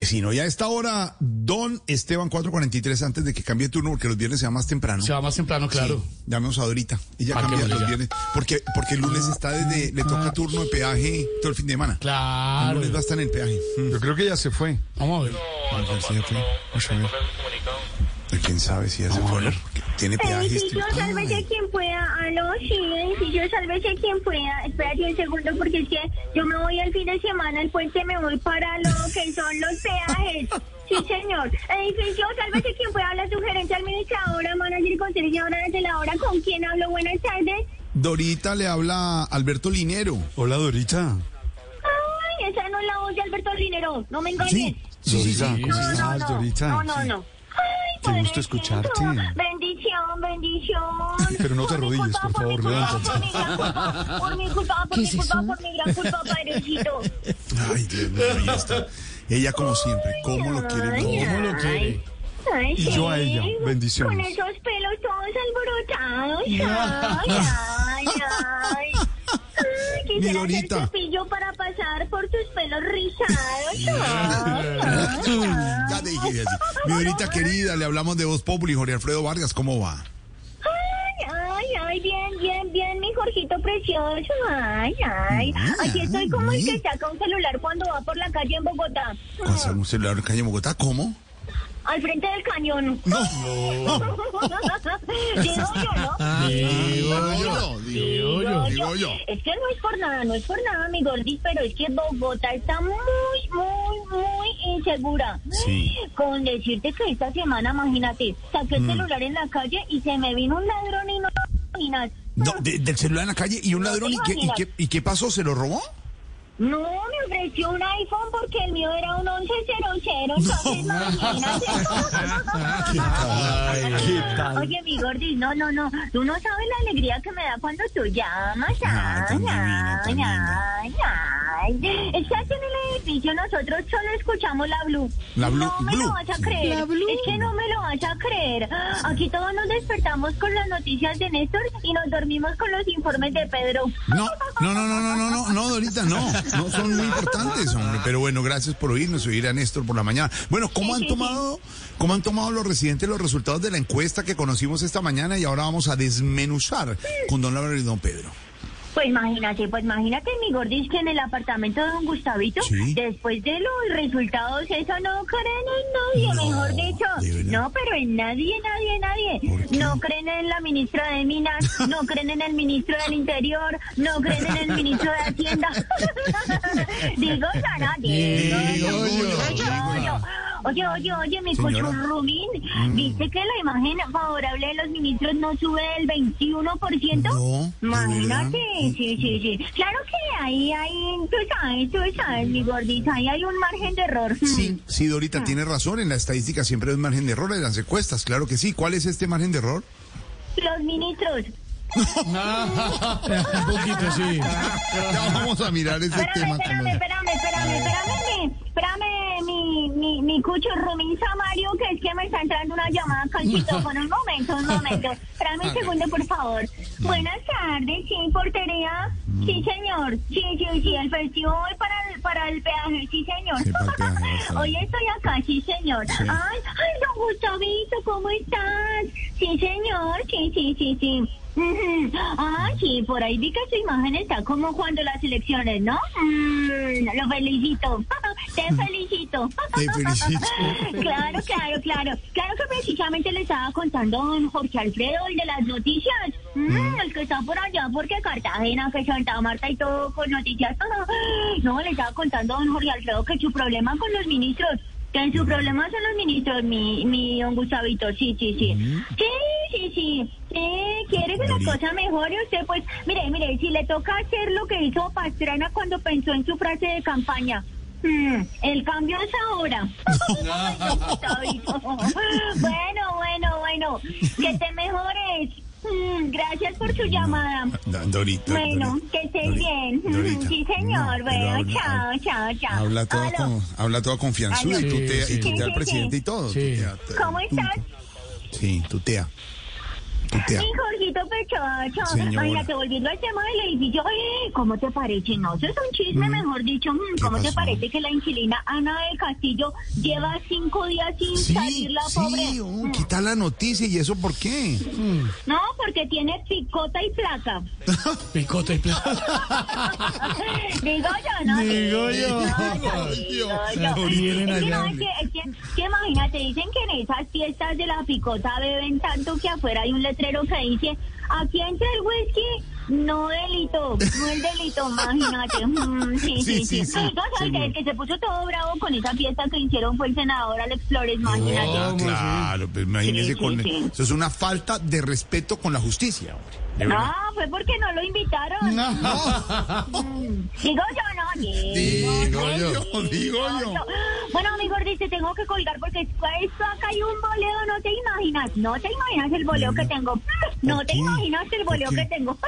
sino ya a esta hora, don Esteban 443, antes de que cambie turno, porque los viernes se va más temprano. Se va más temprano, claro. Llamemos a Dorita. Ella cambia Marquémosle los ya. viernes. Porque, porque el lunes está desde, le toca turno de peaje todo el fin de semana. El Claro. lunes va a estar en el peaje. Mm. Yo creo que ya se fue. Vamos a ver. Vamos a ver si ya fue. Vamos a ver. ¿Quién sabe si ya se fue? Porque tiene peaje. Eh, si este- yo sálvese Ay. quien pueda. Aló, sí, si yo sálvese quien pueda. Espérate un segundo porque es que yo me voy al fin de semana al puente, me voy para lo que son los peajes. Sí, señor. Eh, Edificio, sálvese quien pueda. La sugerencia administradora, manager, conservadora desde la hora. ¿Con quién hablo? Buenas tardes. Dorita le habla Alberto Linero. Hola, Dorita. Ay, esa no es la voz de Alberto Linero. No me engañes. Sí, sí, sí. Dorita, ¿cómo No, estás, no, Dorita? No, no, Sí. no. Ay, Qué gusto Padrecito. escucharte. Bendición, bendición. Pero no te Por mi arrodilles, culpa, por mi favor, culpa, levántate. Por mi gran culpa, por mi culpa, por ¿Qué mi es culpa, eso? por mi gran culpa, padrecito. Ay, Dios mío, ahí está. Ella como siempre, ¿cómo lo quiere? Ay, No, ¿Cómo lo quiere? Ay, Y yo a ella, bendiciones. Con esos pelos todos alborotados. Ay, ay, ay. Ay, Quisiera hacer Dorita. cepillo para pasar por tus pelos rizados. Ay, ay, Ya te dije, ya te- Mi Dorita querida, le hablamos de Voz Populi, Jorge Alfredo Vargas, ¿cómo va? Ay, ay, ay, bien, bien, bien, mi Jorgito precioso. Ay, ay. Ah, Aquí estoy como el que bien. saca un celular cuando va por la calle en Bogotá. Pasar un celular en calle Bogotá, ¿cómo? Al frente del cañón. No. Digo yo, ¿no? Ah, Digo yo, Digo yo. digo yo. Es que no es por nada, no es por nada, mi gordis, pero es que Bogotá está muy, muy, muy insegura. Sí. Mm. Con decirte que esta semana, imagínate, saqué el celular en la calle y se me vino un ladrón y no... y nada. No, de- del celular en la calle y un ladrón, ¿y qué, y qué- y qué pasó? ¿Se lo robó? No, me ofreció un iPhone porque el mío era un 1100, entonces imagínate. ¿Qué tal? Oye, mi gordi, no, no, no, tú no sabes la alegría que me da cuando tú llamas. Ah, tan Ay, divina, tan ay, linda. ay, ay. Estás en el edificio, nosotros solo escuchamos la Blue. La Blue, No me Blue, lo vas a sí. creer. La Blue. Es que no me lo vas a creer. Aquí todos nos despertamos con las noticias de Néstor y nos dormimos con los informes de Pedro. No, no, no, no, no, no, no, no, Dorita, no. No son muy importantes, hombre. Pero bueno, gracias por oírnos y oír a Néstor por la mañana. Bueno, ¿cómo han tomado, cómo han tomado los residentes los resultados de la encuesta que conocimos esta mañana y ahora vamos a desmenuzar con don Álvaro y don Pedro? Pues imagínate, pues imagínate mi gordis que en el apartamento de don Gustavito, Sí. después de los resultados, eso no creen en nadie, No, mejor dicho. de verdad. No, pero en nadie, nadie, ¿Por qué? nadie. No creen en la ministra de Minas, no creen en el ministro del Interior, no creen en el ministro de Hacienda. digo yo, no, Digo digo, yo, yo, digo digo yo. yo. Oye, oye, oye, mi Señora. Mm. cochurrumín, ¿viste que la imagen favorable de los ministros no sube del 21%? No, ¿de Imagínate, verdad? sí, sí, sí. Claro que ahí, ahí, tú sabes, tú sabes, mi gordita, ahí hay un margen de error. Hmm. Sí, sí, Dorita, tiene razón. En la estadística siempre hay un margen de error en las encuestas, claro que sí. ¿Cuál es este margen de error? Los ministros. Un poquito, sí. Ya vamos a mirar ese tema. con Espérame, espérame, los- espérame, espérame, espérame, mi- espérame, mi, mi, mi cuchurrumín Samario, que es que me está entrando una llamada calcito. Con un momento, un momento. Espérame un segundo, por favor. Buenas tardes, sí, portería. Mm. Sí, señor. Sí, sí, sí, el festival para el, para el peaje, sí, señor. Sí, para el peaje, va a estar Hoy bien. estoy acá, sí, señor. Ay, ay, don Gustavito, ¿cómo estás? Sí, señor, sí, sí, sí, sí. Ujú. Ah, sí, por ahí vi que su imagen está como cuando las elecciones, ¿no? Mm, lo felicito. Te felicito. Te felicito. Claro, claro, claro. Claro que precisamente le estaba contando a don Jorge Alfredo, el de las noticias. Mm, El que está por allá, porque Cartagena, que Santa Marta y todo, con noticias, todo. No, le estaba contando a don Jorge Alfredo que su problema con los ministros, que su problema son los ministros, mi, mi don Gustavito. Sí, sí, sí. Sí, sí, sí. Sí, quiere que la Bonito. cosa mejore usted, pues, mire, mire, si le toca hacer lo que hizo Pastrana cuando pensó en su frase de campaña. Mm, el cambio es ahora. bueno, bueno, bueno. Que te mejores. Mm, gracias por su llamada. No, Dorita. Bueno, Dorita, que estés Dorita, bien. Mm, Dorita, Sí, señor. no, pero bueno, habla- chao, chao, chao. Habla toda, Aló, con, habla toda confianzuda y Aló. tutea, Sí, y sí. tutea Sí, al sí, presidente sí. y todo. Sí. tutea, te- ¿Cómo estás? Sí, tutea. Tutea. Sí, Jorgito pues, Pechocho. Señora. Imagínate, volviendo al tema del edificio, ¡eh! ¿cómo te parece? No, eso es un chisme, mejor dicho. Mm, ¿Qué ¿Cómo te pasó? parece que la inquilina Ana del Castillo lleva cinco días sin salir Sí, la sí, pobre? oh, Mm. quita la noticia y eso por qué. No, porque tiene picota y placa. Picota y plata. Digo yo, ¿no? Digo yo. Digo Ay, yo. vienen Es que, allá. no, es que- es que- es que imagínate, dicen que en esas fiestas de la picota beben tanto que afuera hay un letrero que dice, aquí entra el whisky, no delito, no es delito, imagínate. Mm, Sí, sí, sí, sí, sí. sí, No, ¿sabes qué? seguro. El que se puso todo bravo con esa fiesta que hicieron fue el senador Alex Flores, imagínate. Ah, claro, pues imagínese Sí, sí, con sí. eso es una falta de respeto con la justicia, hombre. De verdad. No, Ah, fue porque no lo invitaron. Mm, Digo yo, no, Digo yo, digo yo. Bueno, amigo Ortiz, te tengo que colgar porque esto esto acá hay un boleo, no te imaginas, no te imaginas el boleo que tengo. No te qué? imaginas ¿Por el boleo qué? que tengo.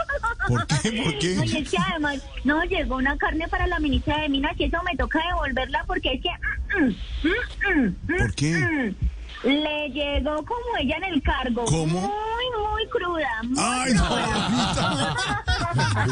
¿Por qué? ¿Por qué? No, y es que además, no, llegó una carne para la ministra de Minas y eso me toca devolverla porque es que... mm, mm, mm, mm, mm, ¿Por qué? mm. Le llegó como ella en el cargo. ¿Cómo? Muy, muy cruda. muy Ay, no, Lolita. Ay,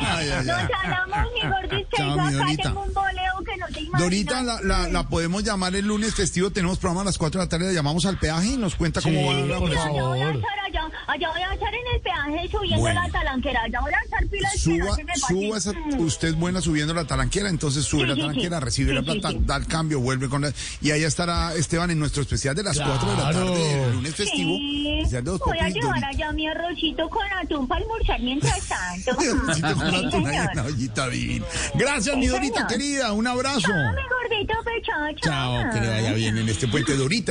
ay, ay. nos hablamos, mi gordis, que Chao, yo mi acá Dorita. tengo un boleo que no te imaginas. Dorita, la, la- la podemos llamar el lunes festivo. Tenemos programa a las 4 de la tarde. la llamamos al peaje y nos cuenta cómo Sí, va la pues, por cosa. Allá voy a favor. estar allá, allá voy a estar en el peaje subiendo Bueno. la talanquera, allá voy a estar pilas Suba, que no se me suba esa, pase. Mm, usted buena subiendo la talanquera, entonces sube Sí, la sí, sí. talanquera, recibe Sí, la sí, plata, sí. da el cambio, vuelve con la... Y allá estará Esteban en nuestro especial de las 4 de la Claro. tarde, el lunes festivo. Sí, especial de Voz voy a Populi, llevar Dorita. allá mi arrocito con atún para almorzar mientras tanto. Sí, Arrocito con atún ahí en la señor. ollita divina. Gracias, mi Sí, Dorita señor. querida, un abrazo. Chao, mi gordito pechocho. Chao, que le vaya bien en este puente, Dorita.